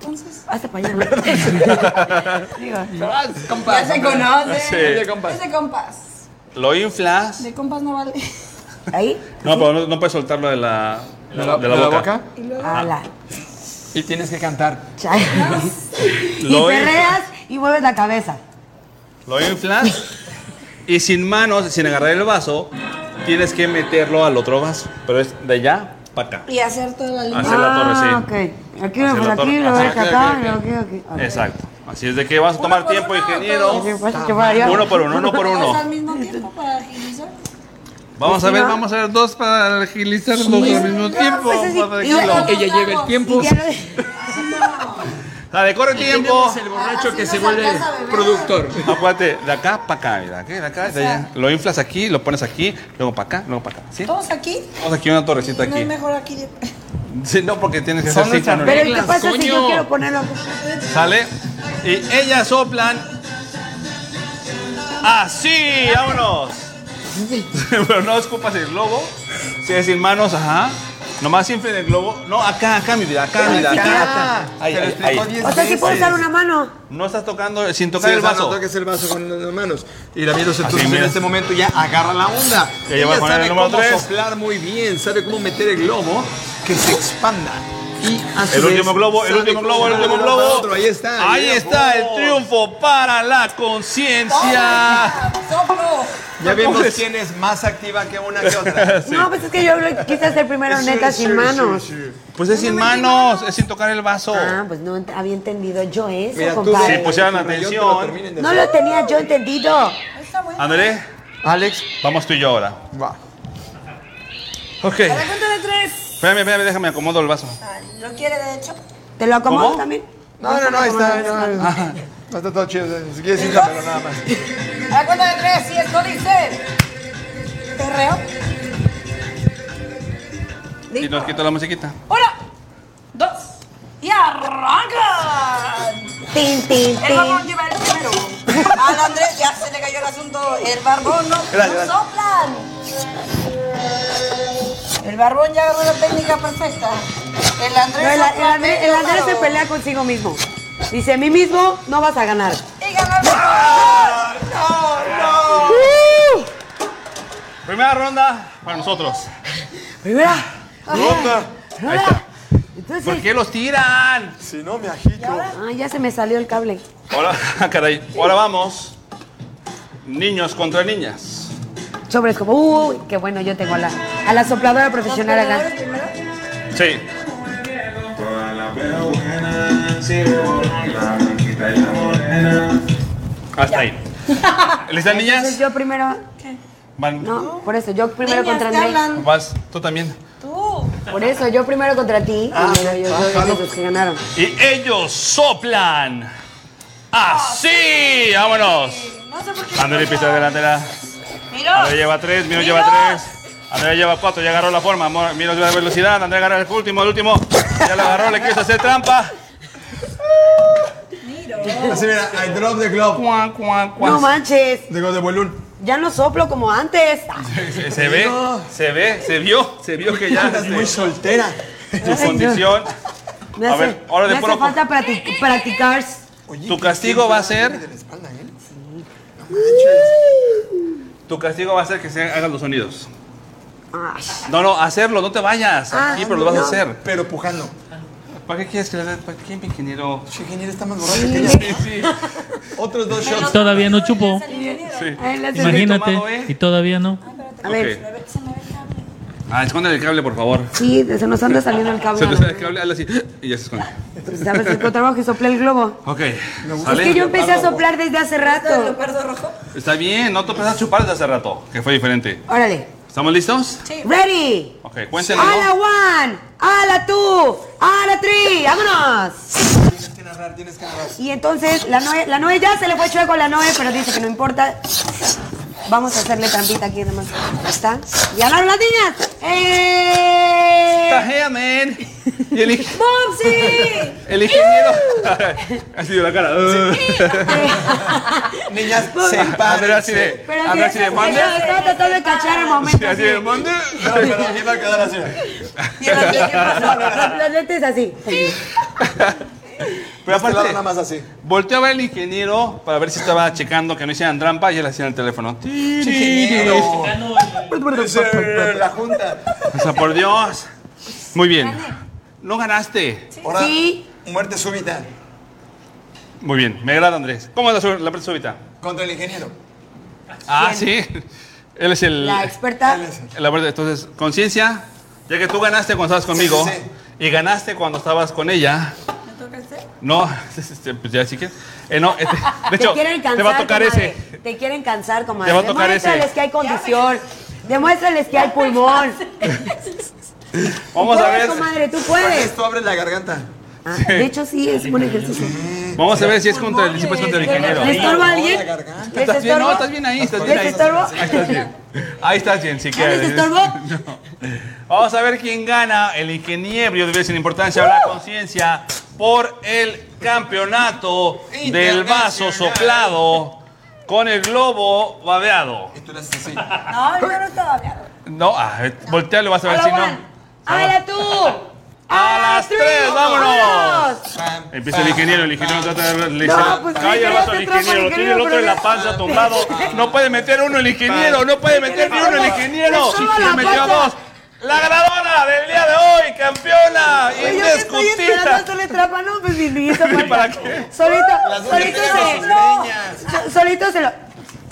[SPEAKER 4] Entonces,
[SPEAKER 1] Hasta para allá.
[SPEAKER 4] ya se conoce.
[SPEAKER 2] Sí.
[SPEAKER 4] Es de compas.
[SPEAKER 2] Lo inflas.
[SPEAKER 4] De compas no vale.
[SPEAKER 1] Ahí.
[SPEAKER 2] No, pero no, no puedes soltarlo de la, de la, boca.
[SPEAKER 1] Ala.
[SPEAKER 3] Y tienes que cantar.
[SPEAKER 1] Chale. Y
[SPEAKER 2] Lo inflas.
[SPEAKER 1] perreas y mueves la cabeza.
[SPEAKER 2] Lo inflas y sin manos, sin agarrar el vaso, tienes que meterlo al otro vaso. Pero es de allá para acá.
[SPEAKER 4] Y hacer toda la línea.
[SPEAKER 2] Hacer la torre, sí.
[SPEAKER 1] Ah, ok. Aquí me
[SPEAKER 2] Hacer
[SPEAKER 1] por
[SPEAKER 2] la
[SPEAKER 1] aquí,
[SPEAKER 2] torre.
[SPEAKER 1] lo
[SPEAKER 2] Ajá,
[SPEAKER 1] ves
[SPEAKER 2] ok,
[SPEAKER 1] acá,
[SPEAKER 2] ok,
[SPEAKER 1] lo aquí, aquí. Ok. pues,
[SPEAKER 2] Exacto. Así es de que vas a
[SPEAKER 4] ¿Uno
[SPEAKER 2] tomar
[SPEAKER 4] por
[SPEAKER 2] tiempo,
[SPEAKER 4] uno o
[SPEAKER 2] ingeniero.
[SPEAKER 1] ¿Qué pasa, chaval? Ya.
[SPEAKER 2] Uno por uno, uno por
[SPEAKER 4] Todos al
[SPEAKER 2] uno.
[SPEAKER 4] mismo tiempo para agilizar.
[SPEAKER 2] Vamos a ver,
[SPEAKER 1] Encima.
[SPEAKER 2] vamos a ver dos para agilizar los dos al mismo tiempo.
[SPEAKER 1] pues así,
[SPEAKER 2] para
[SPEAKER 1] y luego-
[SPEAKER 2] agilizar.
[SPEAKER 1] Ella
[SPEAKER 4] lleva el
[SPEAKER 1] Y ya lo-
[SPEAKER 2] La de corre tiempo.
[SPEAKER 1] Tenemos el borracho
[SPEAKER 3] Ah,
[SPEAKER 4] Así
[SPEAKER 1] que
[SPEAKER 4] nos
[SPEAKER 1] se vuelve
[SPEAKER 4] alcanza a beber.
[SPEAKER 1] productor.
[SPEAKER 2] Acuérdate, de acá para acá, mira, aquí, de acá, de allá. Lo inflas aquí, lo pones aquí, luego para acá, luego para acá. ¿Sí?
[SPEAKER 4] Todos aquí.
[SPEAKER 2] Vamos aquí una torrecita
[SPEAKER 4] ¿No
[SPEAKER 2] aquí.
[SPEAKER 4] es mejor aquí? de-
[SPEAKER 2] Sí, no, porque tienes que
[SPEAKER 3] Son
[SPEAKER 2] hacer
[SPEAKER 3] nuestras
[SPEAKER 2] cinco, ¿no?
[SPEAKER 1] Pero ¿y qué pasa si yo
[SPEAKER 2] Coño.
[SPEAKER 1] quiero ponerlo?
[SPEAKER 2] Sale. Y ellas soplan. Así, vámonos. Pero no escupas el globo. Si es sin manos, ajá. Nomás inflen el globo. No, acá, acá, mi vida, acá, mi vida, acá, acá. Ahí,
[SPEAKER 3] Te lo
[SPEAKER 2] ahí,
[SPEAKER 3] explicó
[SPEAKER 2] ahí.
[SPEAKER 3] diez
[SPEAKER 1] O sea, si puedo
[SPEAKER 3] veces.
[SPEAKER 1] usar una mano.
[SPEAKER 2] No estás tocando, sin
[SPEAKER 3] Sí,
[SPEAKER 2] tocar el
[SPEAKER 3] o sea, no
[SPEAKER 2] vaso.
[SPEAKER 3] toques el vaso con las manos. Y la miras entonces en
[SPEAKER 2] mira.
[SPEAKER 3] este momento ya agarra la onda.
[SPEAKER 2] Ya lleva
[SPEAKER 3] Ella
[SPEAKER 2] con el
[SPEAKER 3] sabe
[SPEAKER 2] número
[SPEAKER 3] cómo
[SPEAKER 2] tres.
[SPEAKER 3] soplar muy bien, sabe cómo meter el globo que se expanda. Y a su
[SPEAKER 2] El
[SPEAKER 3] vez,
[SPEAKER 2] último globo, el
[SPEAKER 3] sabe
[SPEAKER 2] último
[SPEAKER 3] cómo
[SPEAKER 2] globo, el último
[SPEAKER 3] darle
[SPEAKER 2] globo.
[SPEAKER 3] otro. Ahí Oh. está.
[SPEAKER 2] Ahí
[SPEAKER 3] Mira,
[SPEAKER 2] está el
[SPEAKER 3] vos.
[SPEAKER 2] triunfo para la conciencia.
[SPEAKER 4] ¡Toma! ¡Soplo!
[SPEAKER 3] Ya vemos
[SPEAKER 2] Pobres.
[SPEAKER 3] quién es más activa que una que otra.
[SPEAKER 1] No, pues es que yo lo quise hacer primero neta sin manos.
[SPEAKER 2] Pues es sin manos, es sin tocar el vaso.
[SPEAKER 1] Ah, pues no ent- había entendido yo eso,
[SPEAKER 3] Mira, tú
[SPEAKER 1] compadre.
[SPEAKER 2] Sí, pues pusieran atención.
[SPEAKER 1] No lo tenía yo entendido.
[SPEAKER 4] Está bueno.
[SPEAKER 2] André,
[SPEAKER 3] Alex,
[SPEAKER 2] vamos tú y yo ahora.
[SPEAKER 3] va.
[SPEAKER 2] Ok.
[SPEAKER 4] A la cuenta de tres.
[SPEAKER 2] Espérame, espérame, déjame acomodo el vaso.
[SPEAKER 4] Ah, ¿Lo quiere de hecho?
[SPEAKER 1] ¿Te lo acomodo
[SPEAKER 2] ¿Cómo?
[SPEAKER 1] también?
[SPEAKER 3] No, no, no, ahí está. No, no,
[SPEAKER 2] Ajá.
[SPEAKER 3] no está todo chido. eh, Si quieres, síntamelo nada más.
[SPEAKER 4] A la Ah, cuenta de tres, si esto dice. Perreo.
[SPEAKER 2] Y nos quito la musiquita.
[SPEAKER 4] Una, dos, y arrancan.
[SPEAKER 1] Tin, tin,
[SPEAKER 4] El barbón
[SPEAKER 1] tin.
[SPEAKER 4] lleva el primero. Al Andrés ya se le cayó el asunto. El barbón no,
[SPEAKER 3] Gracias.
[SPEAKER 4] no soplan. El barbón ya agarró la técnica perfecta. El Andrés,
[SPEAKER 1] No, el, el
[SPEAKER 4] sopla
[SPEAKER 1] Andrés, el
[SPEAKER 4] medio
[SPEAKER 1] Andrés se
[SPEAKER 4] palo.
[SPEAKER 1] pelea consigo mismo. Dice, a mí mismo no vas a ganar.
[SPEAKER 4] Y ganó el barbón.
[SPEAKER 2] Primera
[SPEAKER 4] Ah.
[SPEAKER 2] ronda para nosotros.
[SPEAKER 1] Primera.
[SPEAKER 3] Rota.
[SPEAKER 2] Ahí está. ¿Por
[SPEAKER 1] Entonces,
[SPEAKER 2] qué los tiran?
[SPEAKER 3] Si no, me agito.
[SPEAKER 1] ah, ya se me salió el cable.
[SPEAKER 2] Ahora, ah, caray. Ahora vamos. Niños contra niñas.
[SPEAKER 1] Sobre es como, uy, qué bueno, yo tengo a la, a la sopladora profesional acá.
[SPEAKER 2] Sí. Hasta ahí.
[SPEAKER 1] Entonces
[SPEAKER 2] ¿Listas niñas?
[SPEAKER 1] yo primero,
[SPEAKER 2] Van.
[SPEAKER 1] no, por eso, yo primero
[SPEAKER 4] Niñas,
[SPEAKER 1] contra
[SPEAKER 4] te
[SPEAKER 1] Andrés.
[SPEAKER 4] hablan. Uh,
[SPEAKER 2] Vas, tú también.
[SPEAKER 4] Tú.
[SPEAKER 1] Por eso, yo primero contra ti.
[SPEAKER 2] Ah,
[SPEAKER 1] y luego yo, yo, yo, los que ganaron.
[SPEAKER 2] Y ellos soplan. Así. Vámonos.
[SPEAKER 4] No sé por qué.
[SPEAKER 2] André pista delantera.
[SPEAKER 4] Mira.
[SPEAKER 2] André lleva tres, Miro lleva tres. André lleva cuatro, ya agarró la forma. Mo- Miro lleva velocidad. André agarra el último, el último. Ya lo agarró, le quiso hacer trampa.
[SPEAKER 3] Así mira, I drop the glove.
[SPEAKER 2] Cuan, cuan, cuan.
[SPEAKER 1] No manches,
[SPEAKER 3] Digo, de bolún.
[SPEAKER 1] ya no soplo como antes. Ah,
[SPEAKER 2] se, Eh, se ve, se ve, se vio, se vio que ya
[SPEAKER 3] Estás muy
[SPEAKER 2] este,
[SPEAKER 3] soltera.
[SPEAKER 2] tu condición.
[SPEAKER 1] Me
[SPEAKER 2] A
[SPEAKER 1] hace,
[SPEAKER 2] ver, ahora de
[SPEAKER 1] me hace
[SPEAKER 2] puro-
[SPEAKER 1] falta practi- practicar.
[SPEAKER 2] Tu castigo va a ser,
[SPEAKER 3] eh?
[SPEAKER 2] tu castigo va a ser que se hagan los sonidos.
[SPEAKER 1] Ay,
[SPEAKER 2] No, no, hacerlo, no te vayas.
[SPEAKER 1] Ah,
[SPEAKER 2] Aquí, pero lo vas a hacer.
[SPEAKER 3] Pero pujando.
[SPEAKER 2] ¿Para qué quieres que le dé? ¿Para qué, mi ingeniero?
[SPEAKER 3] Che, ingeniero está más borracho que ella. Otros dos shots.
[SPEAKER 5] Todavía no chupo.
[SPEAKER 2] Sí.
[SPEAKER 1] ay, la hace-
[SPEAKER 5] Imagínate.
[SPEAKER 2] tomado, ¿eh?
[SPEAKER 5] Y todavía no.
[SPEAKER 1] A ver,
[SPEAKER 2] Ok. Ah, esconde el cable, por favor.
[SPEAKER 1] sí, se nos anda saliendo el cable.
[SPEAKER 2] Se te sale el cable, hazle así y ya se esconde.
[SPEAKER 1] Pues, ¿Sabes el trabajo que soplé el globo?
[SPEAKER 2] Ok,
[SPEAKER 1] Es
[SPEAKER 2] ¿sale?
[SPEAKER 1] que yo empecé a soplar desde hace rato.
[SPEAKER 2] Está bien, no te empezaste a chupar desde hace rato, que fue diferente.
[SPEAKER 1] Órale.
[SPEAKER 2] ¿Estamos listos?
[SPEAKER 1] Ready.
[SPEAKER 2] Ok, cuéntenlo.
[SPEAKER 1] A la one, a la two, a la three, vámonos.
[SPEAKER 3] Tienes que narrar, tienes que narrar.
[SPEAKER 1] Y entonces la Noe, la Noe ya se le fue chueco a la Noe, pero dice que no importa. Vamos a hacerle trampita aquí además. Ahí está. Y ganaron las niñas. ¡Eh!
[SPEAKER 2] Tajea, man. Y el, ing-
[SPEAKER 1] ¡Bumsy!
[SPEAKER 2] el ingeniero. así dio la cara.
[SPEAKER 3] Niñas, se
[SPEAKER 2] Andrea así de.
[SPEAKER 1] Pero si
[SPEAKER 2] Andrea así de.
[SPEAKER 1] eso-
[SPEAKER 2] ¿Mande?
[SPEAKER 1] eso- Estaba tratando de cachar el momento.
[SPEAKER 2] Sí, así de. ¿Mande?
[SPEAKER 3] pero iba a quedar así.
[SPEAKER 1] Y el otro, ¿qué pasó? "Pues, Los lentes así.
[SPEAKER 2] Pero
[SPEAKER 3] Este lado
[SPEAKER 2] aparte.
[SPEAKER 3] nada más así.
[SPEAKER 2] Volteó a ver el ingeniero para ver si estaba checando que no hicieran trampa y él hacía en el teléfono.
[SPEAKER 3] Ingeniero. Ese, La junta.
[SPEAKER 2] O sea, por Dios. Muy bien. No ganaste.
[SPEAKER 3] Ahora,
[SPEAKER 1] Sí.
[SPEAKER 3] muerte súbita
[SPEAKER 2] Muy bien. Me agrada, Andrés. ¿Cómo es la, su- la parte súbita?
[SPEAKER 3] contra el ingeniero.
[SPEAKER 2] Ah, sí. Él es el.
[SPEAKER 1] La experta.
[SPEAKER 2] La verdad, entonces, conciencia, ya que tú ganaste cuando estabas conmigo
[SPEAKER 3] Sí, sí,
[SPEAKER 2] y ganaste cuando estabas con ella. No, este, pues ya sí que. eh, no, este, de
[SPEAKER 1] Te
[SPEAKER 2] hecho,
[SPEAKER 1] quieren cansar.
[SPEAKER 2] te va a tocar
[SPEAKER 1] comadre.
[SPEAKER 2] ese.
[SPEAKER 1] Te quieren cansar, comadre.
[SPEAKER 2] Te va a tocar ese.
[SPEAKER 1] Demuéstrales que hay condición. Demuéstrales que hay pulmón.
[SPEAKER 2] Vamos a
[SPEAKER 1] Puedes,
[SPEAKER 2] ver.
[SPEAKER 1] comadre, tú puedes.
[SPEAKER 3] Esto abre la garganta.
[SPEAKER 1] Ah, de hecho, sí, es un buen ejercicio.
[SPEAKER 2] Vamos a ver si es contra el, si es contra el ingeniero.
[SPEAKER 1] ¿Le estorbo a alguien?
[SPEAKER 3] la garganta.
[SPEAKER 1] ¿Les
[SPEAKER 2] ¿Estás bien?
[SPEAKER 1] estorbo?
[SPEAKER 2] No, estás bien ahí, estás bien
[SPEAKER 1] ¿Les
[SPEAKER 2] ahí.
[SPEAKER 1] estorbo?
[SPEAKER 2] Ahí estás bien. Ahí estás bien, si
[SPEAKER 1] ¿Ah,
[SPEAKER 2] quieres.
[SPEAKER 1] ¿Les estorbo?
[SPEAKER 2] Vamos a ver quién gana. El ingeniero de sin importancia habrá
[SPEAKER 1] ¡Uh!
[SPEAKER 2] conciencia por el campeonato del vaso soplado con el globo babeado.
[SPEAKER 3] Tú le haces así.
[SPEAKER 4] No, yo no estaba hablando.
[SPEAKER 2] No, ah, voltealo, vas a ver
[SPEAKER 1] ¡Hola,
[SPEAKER 2] si
[SPEAKER 1] Juan!
[SPEAKER 2] no.
[SPEAKER 1] ¡Hala tú!
[SPEAKER 2] A las
[SPEAKER 1] three,
[SPEAKER 2] tres, vámonos.
[SPEAKER 1] vámonos.
[SPEAKER 3] Pam,
[SPEAKER 2] Empieza el ingeniero, el ingeniero trata de... Le
[SPEAKER 1] No,
[SPEAKER 2] dice,
[SPEAKER 1] pues,
[SPEAKER 2] calla el vaso
[SPEAKER 1] ingeniero, te
[SPEAKER 2] al ingeniero,
[SPEAKER 1] atrapa el
[SPEAKER 2] lo tiene el
[SPEAKER 1] ingeniero,
[SPEAKER 2] otro en la
[SPEAKER 1] pero
[SPEAKER 2] panza tumbado. No puede meter uno el ingeniero, no puede meter ni uno el ingeniero.
[SPEAKER 1] Le subo la
[SPEAKER 2] Le metió a
[SPEAKER 1] panza.
[SPEAKER 2] dos. La ganadora del día de hoy, campeona,
[SPEAKER 1] Yo que estoy
[SPEAKER 2] indiscutida.
[SPEAKER 1] esperando le trapa, no, pues mi niñito.
[SPEAKER 2] ¿Y para qué?
[SPEAKER 1] Solito,
[SPEAKER 3] Las uñas
[SPEAKER 1] solito
[SPEAKER 3] tienen
[SPEAKER 1] se...
[SPEAKER 3] sus
[SPEAKER 1] No.
[SPEAKER 3] greñas.
[SPEAKER 1] So- Solito se lo...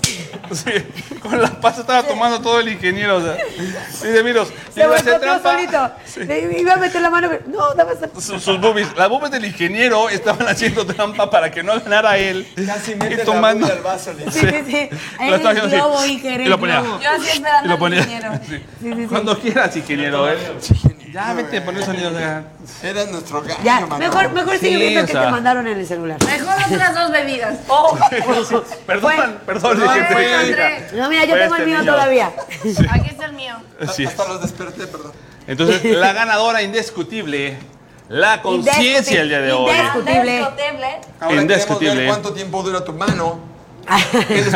[SPEAKER 2] Sí, con la pasta estaba tomando todo el ingeniero. O sea. Dice, miros,
[SPEAKER 1] Se
[SPEAKER 2] iba a
[SPEAKER 1] volteó
[SPEAKER 2] hacer
[SPEAKER 1] todo
[SPEAKER 2] trampa.
[SPEAKER 1] solito. Le iba a meter la mano, pero... No, dame esa...
[SPEAKER 2] Sus, sus boobies. Las boobies del ingeniero estaban haciendo trampa para que no ganara él.
[SPEAKER 3] Casi
[SPEAKER 2] Y
[SPEAKER 3] mete la
[SPEAKER 2] tomando.
[SPEAKER 3] bulla al vaso, le
[SPEAKER 1] Sí, sí, sí.
[SPEAKER 2] Lo estaba haciendo así.
[SPEAKER 1] globo, ingeniero,
[SPEAKER 2] Y lo ponía.
[SPEAKER 1] globo.
[SPEAKER 4] Yo así esperando
[SPEAKER 2] Y lo
[SPEAKER 4] al
[SPEAKER 2] ponía.
[SPEAKER 4] ingeniero.
[SPEAKER 2] Sí.
[SPEAKER 1] Sí, sí, sí.
[SPEAKER 2] Cuando quieras, ingeniero, ¿eh? Ya, vete, pon el sonido. o sea.
[SPEAKER 3] Era nuestro gallo,
[SPEAKER 1] Ya,
[SPEAKER 3] mano.
[SPEAKER 1] mejor, mejor
[SPEAKER 2] Sí,
[SPEAKER 1] sigue viendo
[SPEAKER 2] o
[SPEAKER 1] que
[SPEAKER 2] sea.
[SPEAKER 1] te mandaron en el celular.
[SPEAKER 4] Mejor otras dos bebidas.
[SPEAKER 2] Perdón, perdón.
[SPEAKER 3] Fue-
[SPEAKER 2] dije,
[SPEAKER 3] Fue-
[SPEAKER 2] perdón.
[SPEAKER 1] No, mira, yo
[SPEAKER 2] Fue
[SPEAKER 1] tengo el
[SPEAKER 2] este
[SPEAKER 1] mío
[SPEAKER 2] niño.
[SPEAKER 1] todavía.
[SPEAKER 4] Aquí está el mío.
[SPEAKER 2] Así es.
[SPEAKER 3] Hasta los desperté, perdón.
[SPEAKER 2] Entonces, la ganadora indiscutible, la conciencia el día de hoy.
[SPEAKER 1] Indiscutible.
[SPEAKER 4] Discutible.
[SPEAKER 3] Ahora
[SPEAKER 2] Indiscutible.
[SPEAKER 3] queremos ver cuánto tiempo dura tu mano.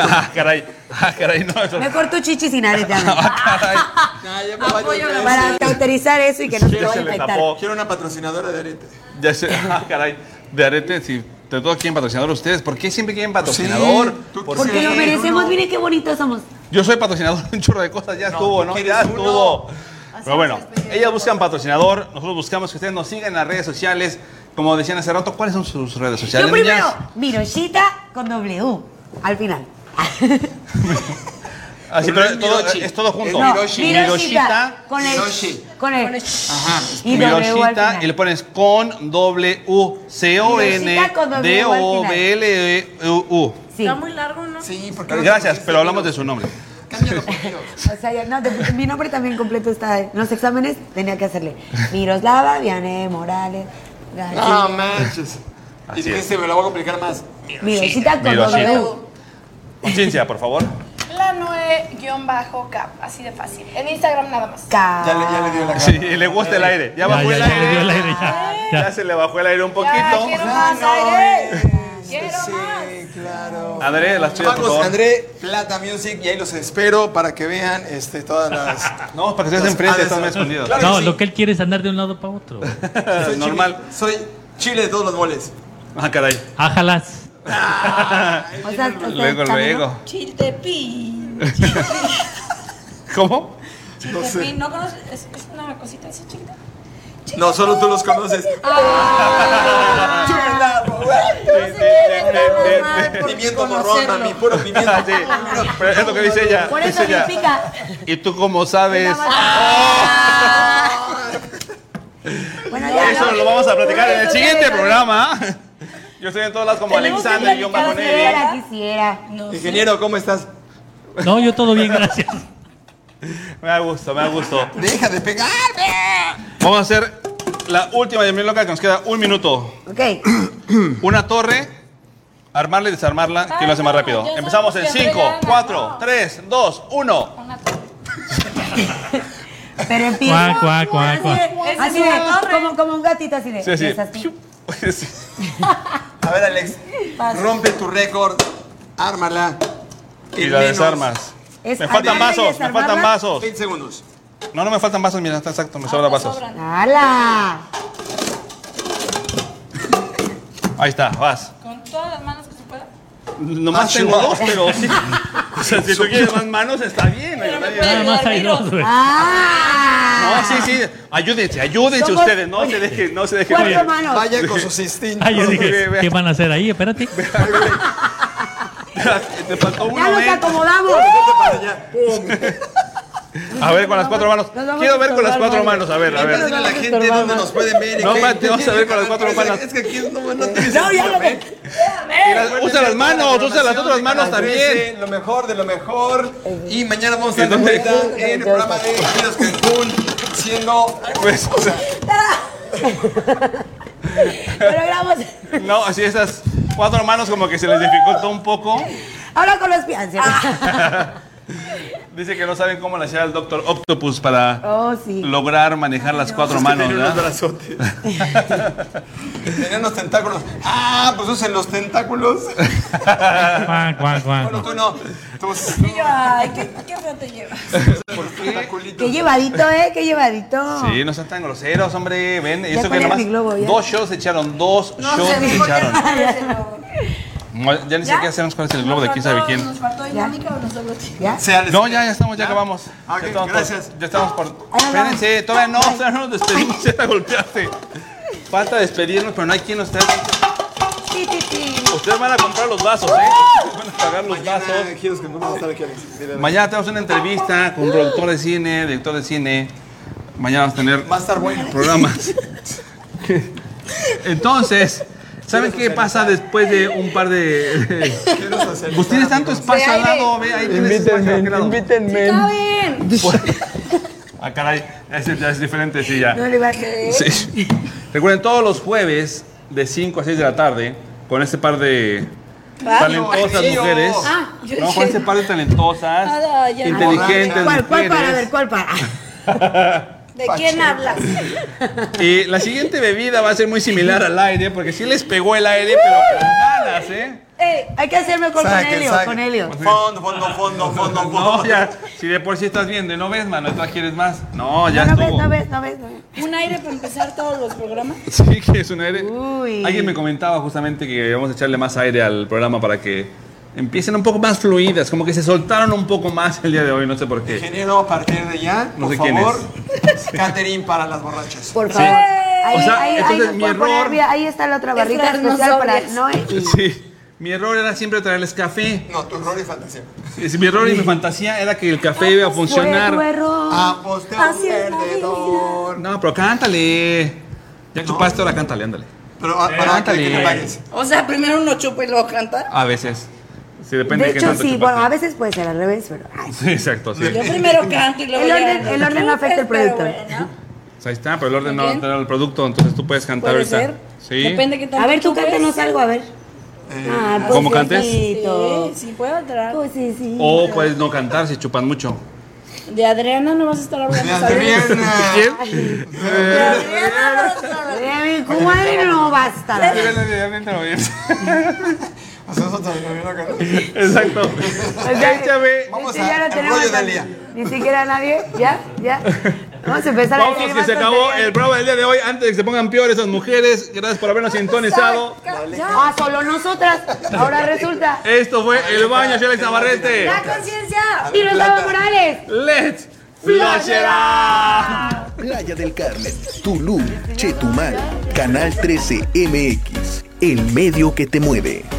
[SPEAKER 2] Ah, caray, ah, caray, no. eso-
[SPEAKER 1] Mejor tu chichi sin arete. Ana.
[SPEAKER 2] Ah, caray.
[SPEAKER 3] Ya, ya me voy a
[SPEAKER 1] Para cauterizar eso y que no se te
[SPEAKER 2] Ya
[SPEAKER 1] vaya
[SPEAKER 2] se
[SPEAKER 1] a
[SPEAKER 2] le
[SPEAKER 1] infectar.
[SPEAKER 2] tapó.
[SPEAKER 3] Quiero una patrocinadora de arete.
[SPEAKER 2] Ya se, ah, caray. De arete, si de todo quieren patrocinador ustedes, ¿por qué siempre quieren patrocinador?
[SPEAKER 3] Sí, tú-
[SPEAKER 2] ¿Por
[SPEAKER 3] ¿por
[SPEAKER 1] Porque
[SPEAKER 2] qué?
[SPEAKER 1] lo merecemos, miren qué bonitos somos.
[SPEAKER 2] Yo soy patrocinador de un chorro de cosas, ya estuvo, ¿no?
[SPEAKER 3] quieres
[SPEAKER 2] Ya
[SPEAKER 3] uno. pues,
[SPEAKER 2] estuvo. Pero bueno, ellas buscan patrocinador, nosotros buscamos que ustedes nos sigan en las redes sociales. Como decían hace rato, ¿cuáles son sus redes sociales?
[SPEAKER 1] Yo primero,
[SPEAKER 2] niñas?
[SPEAKER 1] Miroshita con W. Al final.
[SPEAKER 2] Así,
[SPEAKER 3] Pero
[SPEAKER 2] pero
[SPEAKER 3] es
[SPEAKER 2] es todo,
[SPEAKER 3] Miroshi.
[SPEAKER 2] es todo junto.
[SPEAKER 3] Es
[SPEAKER 1] No,
[SPEAKER 3] Miroshi.
[SPEAKER 1] Miroshita. Con el.
[SPEAKER 3] Miroshi.
[SPEAKER 1] Con el.
[SPEAKER 2] Ah,
[SPEAKER 3] Ajá.
[SPEAKER 1] Y W al
[SPEAKER 2] Miroshita,
[SPEAKER 1] final.
[SPEAKER 2] y le pones con W U C O N
[SPEAKER 1] Miroshita con
[SPEAKER 2] D
[SPEAKER 1] W al
[SPEAKER 2] O
[SPEAKER 1] final.
[SPEAKER 2] B L E U U.
[SPEAKER 1] Sí.
[SPEAKER 4] largo, ¿no?
[SPEAKER 3] Sí, porque ahora
[SPEAKER 2] Gracias,
[SPEAKER 3] te pusiste
[SPEAKER 2] pero hablamos de
[SPEAKER 3] Miro.
[SPEAKER 2] su nombre.
[SPEAKER 3] Cámbialo, por Dios.
[SPEAKER 1] O sea, ya, no, de- mi nombre también completo está. En los exámenes tenía que hacerle Miroslava, Vianey, Morales. García.
[SPEAKER 2] Ah,
[SPEAKER 3] No manches.
[SPEAKER 2] Así
[SPEAKER 3] Y
[SPEAKER 2] es.
[SPEAKER 3] dijiste, me lo voy a complicar más.
[SPEAKER 1] Miroshita con
[SPEAKER 2] Miroshita.
[SPEAKER 1] W.
[SPEAKER 2] Conciencia, por favor.
[SPEAKER 7] La Noe-cap, así de fácil. En Instagram nada más.
[SPEAKER 1] K.
[SPEAKER 3] Ya le, ya le dio la cara.
[SPEAKER 2] Ah.
[SPEAKER 3] Eh,
[SPEAKER 2] Sí, le gusta el aire. Ya
[SPEAKER 5] Ya,
[SPEAKER 2] bajó
[SPEAKER 5] ya,
[SPEAKER 2] el
[SPEAKER 5] ya, le dio el
[SPEAKER 2] aire.
[SPEAKER 5] aire, ya, ya.
[SPEAKER 2] Ya se le bajó el aire un poquito. eh.
[SPEAKER 7] quiero más aire. Quiero
[SPEAKER 3] eh, este, sí,
[SPEAKER 7] más.
[SPEAKER 3] claro.
[SPEAKER 2] André, las tuyas, por
[SPEAKER 3] Pagos
[SPEAKER 2] favor.
[SPEAKER 3] André Plata Music y ahí los espero para que vean este, todas las.
[SPEAKER 2] No, para que estés enfrente, estás más escondido.
[SPEAKER 3] Claro
[SPEAKER 5] No,
[SPEAKER 3] que sí.
[SPEAKER 5] lo que él quiere es andar de un lado para otro.
[SPEAKER 3] Soy
[SPEAKER 2] Normal.
[SPEAKER 3] chile- soy chile de todos los moles.
[SPEAKER 2] Ah, caray.
[SPEAKER 5] Ájalas.
[SPEAKER 1] O sea, o sea,
[SPEAKER 2] Luego,
[SPEAKER 1] también, ¿no?
[SPEAKER 2] luego.
[SPEAKER 4] Chiltepín.
[SPEAKER 2] ¿Cómo?
[SPEAKER 4] Chiltepín, ¿no conoces? Es, es una cosita así chiquita.
[SPEAKER 3] No, solo tú los conoces.
[SPEAKER 7] Ah.
[SPEAKER 4] Ah.
[SPEAKER 3] Pimiento morrón, mami, puro pimiento.
[SPEAKER 2] Ah, sí. Pero es lo que dice ella.
[SPEAKER 1] Por
[SPEAKER 2] dice
[SPEAKER 1] eso
[SPEAKER 2] ella.
[SPEAKER 1] me pica.
[SPEAKER 2] ¿Y tú cómo sabes?
[SPEAKER 1] Bueno, ya.
[SPEAKER 2] Eso
[SPEAKER 1] ¿no?
[SPEAKER 2] lo vamos a platicar en el siguiente programa. Yo estoy en todas las como
[SPEAKER 1] Tenemos que
[SPEAKER 2] Alexander y yo
[SPEAKER 1] platicar,
[SPEAKER 2] bajo negro.
[SPEAKER 1] Quisiera, quisiera.
[SPEAKER 3] Ingeniero, ¿cómo estás?
[SPEAKER 5] No, yo todo bien, gracias.
[SPEAKER 2] Me da gusto, me da gusto.
[SPEAKER 3] Deja de pegar.
[SPEAKER 2] Vamos a hacer la última de mi loca que nos queda un minuto.
[SPEAKER 1] Ok.
[SPEAKER 2] Una torre, armarla y desarmarla. ¿Quién lo hace más rápido?
[SPEAKER 4] Ay, no, yo
[SPEAKER 2] Empezamos en
[SPEAKER 4] soy siempre
[SPEAKER 2] 5,
[SPEAKER 4] gana,
[SPEAKER 2] 4,
[SPEAKER 4] no.
[SPEAKER 2] 3, 2, 1.
[SPEAKER 1] Pero empieza.
[SPEAKER 5] Cuac, cuac, cuac, cuac.
[SPEAKER 1] Así de- Así de, como, como un gatito así de.
[SPEAKER 2] Sí, sí.
[SPEAKER 1] es así.
[SPEAKER 2] Sí.
[SPEAKER 3] A ver, Alex, rompe tu récord, ármala.
[SPEAKER 2] Y
[SPEAKER 3] en
[SPEAKER 2] la
[SPEAKER 3] menos
[SPEAKER 2] desarmas.
[SPEAKER 1] Es
[SPEAKER 2] Me faltan
[SPEAKER 1] armarla y
[SPEAKER 2] vasos, me faltan
[SPEAKER 1] desarmarla.
[SPEAKER 2] vasos.
[SPEAKER 3] 20 segundos.
[SPEAKER 2] No, no me faltan vasos, mira, está exacto,
[SPEAKER 4] Ah,
[SPEAKER 2] me sobran vasos.
[SPEAKER 1] ¡Hala!
[SPEAKER 2] Ahí está, vas.
[SPEAKER 4] Con todas las manos que se pueda.
[SPEAKER 2] Nomás
[SPEAKER 3] Ah,
[SPEAKER 2] tengo
[SPEAKER 3] chihuahua.
[SPEAKER 2] dos, pero sí. O sea, si tú quieres más manos, está bien. está bien.
[SPEAKER 5] Nada más hay dos, güey.
[SPEAKER 2] No,
[SPEAKER 1] ¡Ah!
[SPEAKER 2] sí, sí. Ayúdense, ayúdense
[SPEAKER 1] Somos-
[SPEAKER 2] ustedes. No se dejen, no se dejen.
[SPEAKER 1] Cuatro
[SPEAKER 2] Oye,
[SPEAKER 1] manos.
[SPEAKER 3] Vaya con sus instintos.
[SPEAKER 5] Ah, yo
[SPEAKER 2] Ve,
[SPEAKER 5] dije,
[SPEAKER 2] ve.
[SPEAKER 5] ¿qué van a hacer ahí? Espérate.
[SPEAKER 2] Te faltó
[SPEAKER 1] Ya
[SPEAKER 2] uno,
[SPEAKER 1] nos
[SPEAKER 2] ¿eh?
[SPEAKER 1] acomodamos.
[SPEAKER 3] Para allá. Pum.
[SPEAKER 2] A ver, con las cuatro manos.
[SPEAKER 1] Nos vamos
[SPEAKER 2] Quiero
[SPEAKER 1] a
[SPEAKER 2] ver con las
[SPEAKER 1] estorbar,
[SPEAKER 2] cuatro
[SPEAKER 1] madre.
[SPEAKER 2] manos, a ver, a
[SPEAKER 3] Dile
[SPEAKER 2] ver.
[SPEAKER 3] a la
[SPEAKER 1] Nos
[SPEAKER 3] gente
[SPEAKER 1] estorbamos.
[SPEAKER 3] dónde nos pueden ver. y
[SPEAKER 2] No,
[SPEAKER 3] qué-
[SPEAKER 2] espérate, vamos a ver con las cuatro
[SPEAKER 3] Es que-
[SPEAKER 2] manos.
[SPEAKER 3] Es que aquí no, no tienes
[SPEAKER 1] No, ya lo
[SPEAKER 3] internet.
[SPEAKER 2] Mira, Usa las manos, usa las otras manos también.
[SPEAKER 3] Lo mejor de lo mejor. Y mañana vamos a
[SPEAKER 2] ¿En
[SPEAKER 3] estar de
[SPEAKER 2] dónde?
[SPEAKER 3] vuelta en el programa de Giros Cancún. Siendo.
[SPEAKER 2] Pues, o sea,
[SPEAKER 1] Programa.
[SPEAKER 2] No, así esas cuatro manos como que se les dificultó un poco.
[SPEAKER 1] Ahora con los pies.
[SPEAKER 2] Ah. Dice que no saben cómo le hacía el Doctor Octopus para
[SPEAKER 1] Oh, sí.
[SPEAKER 2] lograr manejar las cuatro manos,
[SPEAKER 10] Tenía unos
[SPEAKER 2] ¿verdad?
[SPEAKER 10] brazotes.
[SPEAKER 3] Tenía unos tentáculos. Ah, pues usen los tentáculos.
[SPEAKER 5] Cuac, cuac, cuac.
[SPEAKER 3] Bueno, tú no. Tú
[SPEAKER 4] Y yo, ay, qué, qué feo te llevas.
[SPEAKER 3] por tentaculitos.
[SPEAKER 1] Qué llevadito, ¿eh? Qué llevadito.
[SPEAKER 2] Sí, no sean tan groseros, hombre. Ven, y
[SPEAKER 1] Ya con
[SPEAKER 2] eso que
[SPEAKER 1] el
[SPEAKER 2] nomás
[SPEAKER 1] mi globo, ya.
[SPEAKER 2] dos shows se echaron, dos
[SPEAKER 4] No
[SPEAKER 2] shows
[SPEAKER 4] sé,
[SPEAKER 2] se
[SPEAKER 4] dijo
[SPEAKER 2] echaron.
[SPEAKER 4] que no.
[SPEAKER 2] No, Ya ni sé
[SPEAKER 4] ¿Ya?
[SPEAKER 2] qué hacemos cuál es el globo de quién sabe
[SPEAKER 4] Nos faltó-
[SPEAKER 2] quién.
[SPEAKER 4] ¿Nos faltó dinámica o nos sobró tiempo?
[SPEAKER 1] ¿Ya?
[SPEAKER 10] Sea les-
[SPEAKER 2] No, ya, ya estamos, ya acabamos.
[SPEAKER 10] Ah, ok,
[SPEAKER 2] Ya estamos por-
[SPEAKER 10] gracias.
[SPEAKER 2] ya estamos por.
[SPEAKER 1] Ahí hablamos.
[SPEAKER 2] Espérense, todavía
[SPEAKER 1] Ah.
[SPEAKER 2] no, todavía no nos despedimos, ya la golpeaste. Falta despedirnos, pero no hay quien nos esté.
[SPEAKER 1] Sí, sí, sí.
[SPEAKER 2] Ustedes van a comprar los vasos, ¿eh? Van a pagar los vasos.
[SPEAKER 3] Ah,
[SPEAKER 10] Mañana, ¿quieres que vamos a estar aquí, Alex? Dile, dile.
[SPEAKER 2] Mañana tenemos una entrevista con un productor de cine, director de cine. Mañana vamos a tener
[SPEAKER 3] Va a estar bueno.
[SPEAKER 2] programas. Entonces, ¿saben qué pasa después de un par de.
[SPEAKER 10] Quiero socializar.
[SPEAKER 2] Pues tienes tanto espacio al lado, ve, ahí tienes espacio a aquel lado.
[SPEAKER 4] ¡Caben!
[SPEAKER 2] Ah, caray, ya es, ya es diferente, sí, ya.
[SPEAKER 1] No
[SPEAKER 4] ¿Eh?
[SPEAKER 1] le va a creer.
[SPEAKER 2] Sí. Recuerden, todos los jueves de 5 a 6 de la tarde, con este par de talentosas
[SPEAKER 3] Ay, no,
[SPEAKER 2] mujeres.
[SPEAKER 4] Ah, yo
[SPEAKER 2] No, con
[SPEAKER 4] dije-
[SPEAKER 2] este par de talentosas,
[SPEAKER 4] Ah, no, ya.
[SPEAKER 2] inteligentes
[SPEAKER 1] ¿Cuál, cuál para? A ver,
[SPEAKER 2] mujeres.
[SPEAKER 1] ¿cuál para?
[SPEAKER 4] ¿De quién hablas?
[SPEAKER 2] Y la siguiente bebida va a ser muy similar al aire, porque sí les pegó el aire, pero con ganas, ¿eh?
[SPEAKER 1] Ey, hay que hacer mejor con
[SPEAKER 3] Saquen,
[SPEAKER 1] Helio,
[SPEAKER 3] saquen.
[SPEAKER 1] con Helio.
[SPEAKER 3] Fondo, fondo, fondo, fondo,
[SPEAKER 2] No,
[SPEAKER 3] fondo.
[SPEAKER 2] ya, si de por sí estás viendo y no ves, mano, ¿tú quieres más? No, ya
[SPEAKER 1] No, no ves,
[SPEAKER 2] estuvo.
[SPEAKER 1] no ves, no ves, no ves.
[SPEAKER 4] Un aire para empezar todos los programas.
[SPEAKER 2] Sí, que es un aire.
[SPEAKER 1] Uy.
[SPEAKER 2] Alguien me comentaba justamente que vamos a echarle más aire al programa para que empiecen un poco más fluidas, como que se soltaron un poco más el día de hoy, no sé por qué.
[SPEAKER 3] Ingeniero, a partir de ya,
[SPEAKER 2] No
[SPEAKER 3] por
[SPEAKER 2] sé quién
[SPEAKER 3] favor, catering para las borrachas.
[SPEAKER 1] Por favor. Ahí,
[SPEAKER 2] O sea,
[SPEAKER 1] ahí,
[SPEAKER 2] entonces
[SPEAKER 1] ahí,
[SPEAKER 2] mi
[SPEAKER 1] por poner-
[SPEAKER 2] error-
[SPEAKER 1] mira, ahí está la otra
[SPEAKER 4] Es
[SPEAKER 1] barrita
[SPEAKER 4] traernos
[SPEAKER 1] especial para
[SPEAKER 4] sobrias.
[SPEAKER 1] Noé. y-
[SPEAKER 2] Sí. Mi error era siempre traerles café.
[SPEAKER 3] No, tu error y fantasía.
[SPEAKER 2] Es- Mi error y mi fantasía era que el café iba a
[SPEAKER 1] Fue tu
[SPEAKER 2] funcionar.
[SPEAKER 1] error.
[SPEAKER 3] Aposté a un
[SPEAKER 4] Así es la
[SPEAKER 3] perdedor.
[SPEAKER 2] No, pero cántale. Ya chupaste, ahora cántale, ándale.
[SPEAKER 3] Pero
[SPEAKER 2] Eh,
[SPEAKER 3] ah, para que
[SPEAKER 2] Levántale.
[SPEAKER 3] que te pagues.
[SPEAKER 4] O sea, primero uno chupa y luego canta.
[SPEAKER 2] A veces. Sí, depende
[SPEAKER 1] de
[SPEAKER 2] qué
[SPEAKER 1] hecho,
[SPEAKER 2] tanto
[SPEAKER 1] sí,
[SPEAKER 2] chupaste.
[SPEAKER 1] bueno, a veces puede ser al revés, pero. ay,
[SPEAKER 2] Sí, exacto, sí.
[SPEAKER 4] Yo primero canto y luego
[SPEAKER 1] El
[SPEAKER 4] ya-
[SPEAKER 1] orden- el orden no afecta el
[SPEAKER 4] Pero
[SPEAKER 1] producto.
[SPEAKER 4] bueno,
[SPEAKER 2] O sea, Ahí está, pero el orden no va a
[SPEAKER 4] Ok.
[SPEAKER 2] alterar el producto, entonces tú puedes cantar
[SPEAKER 4] puede
[SPEAKER 2] ahorita.
[SPEAKER 4] ser.
[SPEAKER 2] Sí.
[SPEAKER 4] Depende que tanto
[SPEAKER 1] A ver, tú
[SPEAKER 4] chupes.
[SPEAKER 1] cántanos algo, a ver.
[SPEAKER 3] Eh,
[SPEAKER 1] Ah, pues,
[SPEAKER 2] ¿Cómo cantes?
[SPEAKER 1] Diosito.
[SPEAKER 4] Sí, sí puedo entrar.
[SPEAKER 1] Pues sí, sí.
[SPEAKER 2] O puedes no cantar si chupan mucho.
[SPEAKER 4] De Adriana no vas a estar hablando.
[SPEAKER 3] De
[SPEAKER 4] ¿sabes?
[SPEAKER 3] Adriana.
[SPEAKER 4] De Adriana no vas a estar hablando.
[SPEAKER 1] Eh, mi comadre no basta.
[SPEAKER 3] Hacemos otro novio acá.
[SPEAKER 2] Exacto. Échame.
[SPEAKER 3] Vamos
[SPEAKER 1] Este
[SPEAKER 3] a-
[SPEAKER 1] ya lo
[SPEAKER 3] el
[SPEAKER 1] tenemos
[SPEAKER 3] rollo del
[SPEAKER 1] aquí.
[SPEAKER 3] día.
[SPEAKER 1] Ni siquiera nadie. ¿Ya? ¿Ya? Vamos a empezar a
[SPEAKER 2] Vamos,
[SPEAKER 1] decir
[SPEAKER 2] que
[SPEAKER 1] más
[SPEAKER 2] se acabó
[SPEAKER 1] tonterías.
[SPEAKER 2] el programa del día de hoy. Antes de que se pongan peores esas mujeres, gracias por habernos sintonizado.
[SPEAKER 1] Ah, solo nosotras. Ahora resulta.
[SPEAKER 2] Esto fue El Baño, yo Alex Navarrete.
[SPEAKER 4] ¡La conciencia!
[SPEAKER 1] Y los Dama Morales.
[SPEAKER 2] ¡Let's flash it out.
[SPEAKER 6] Playa del Carmen, Tulum, Chetumal, Canal 13 MX, el medio que te mueve.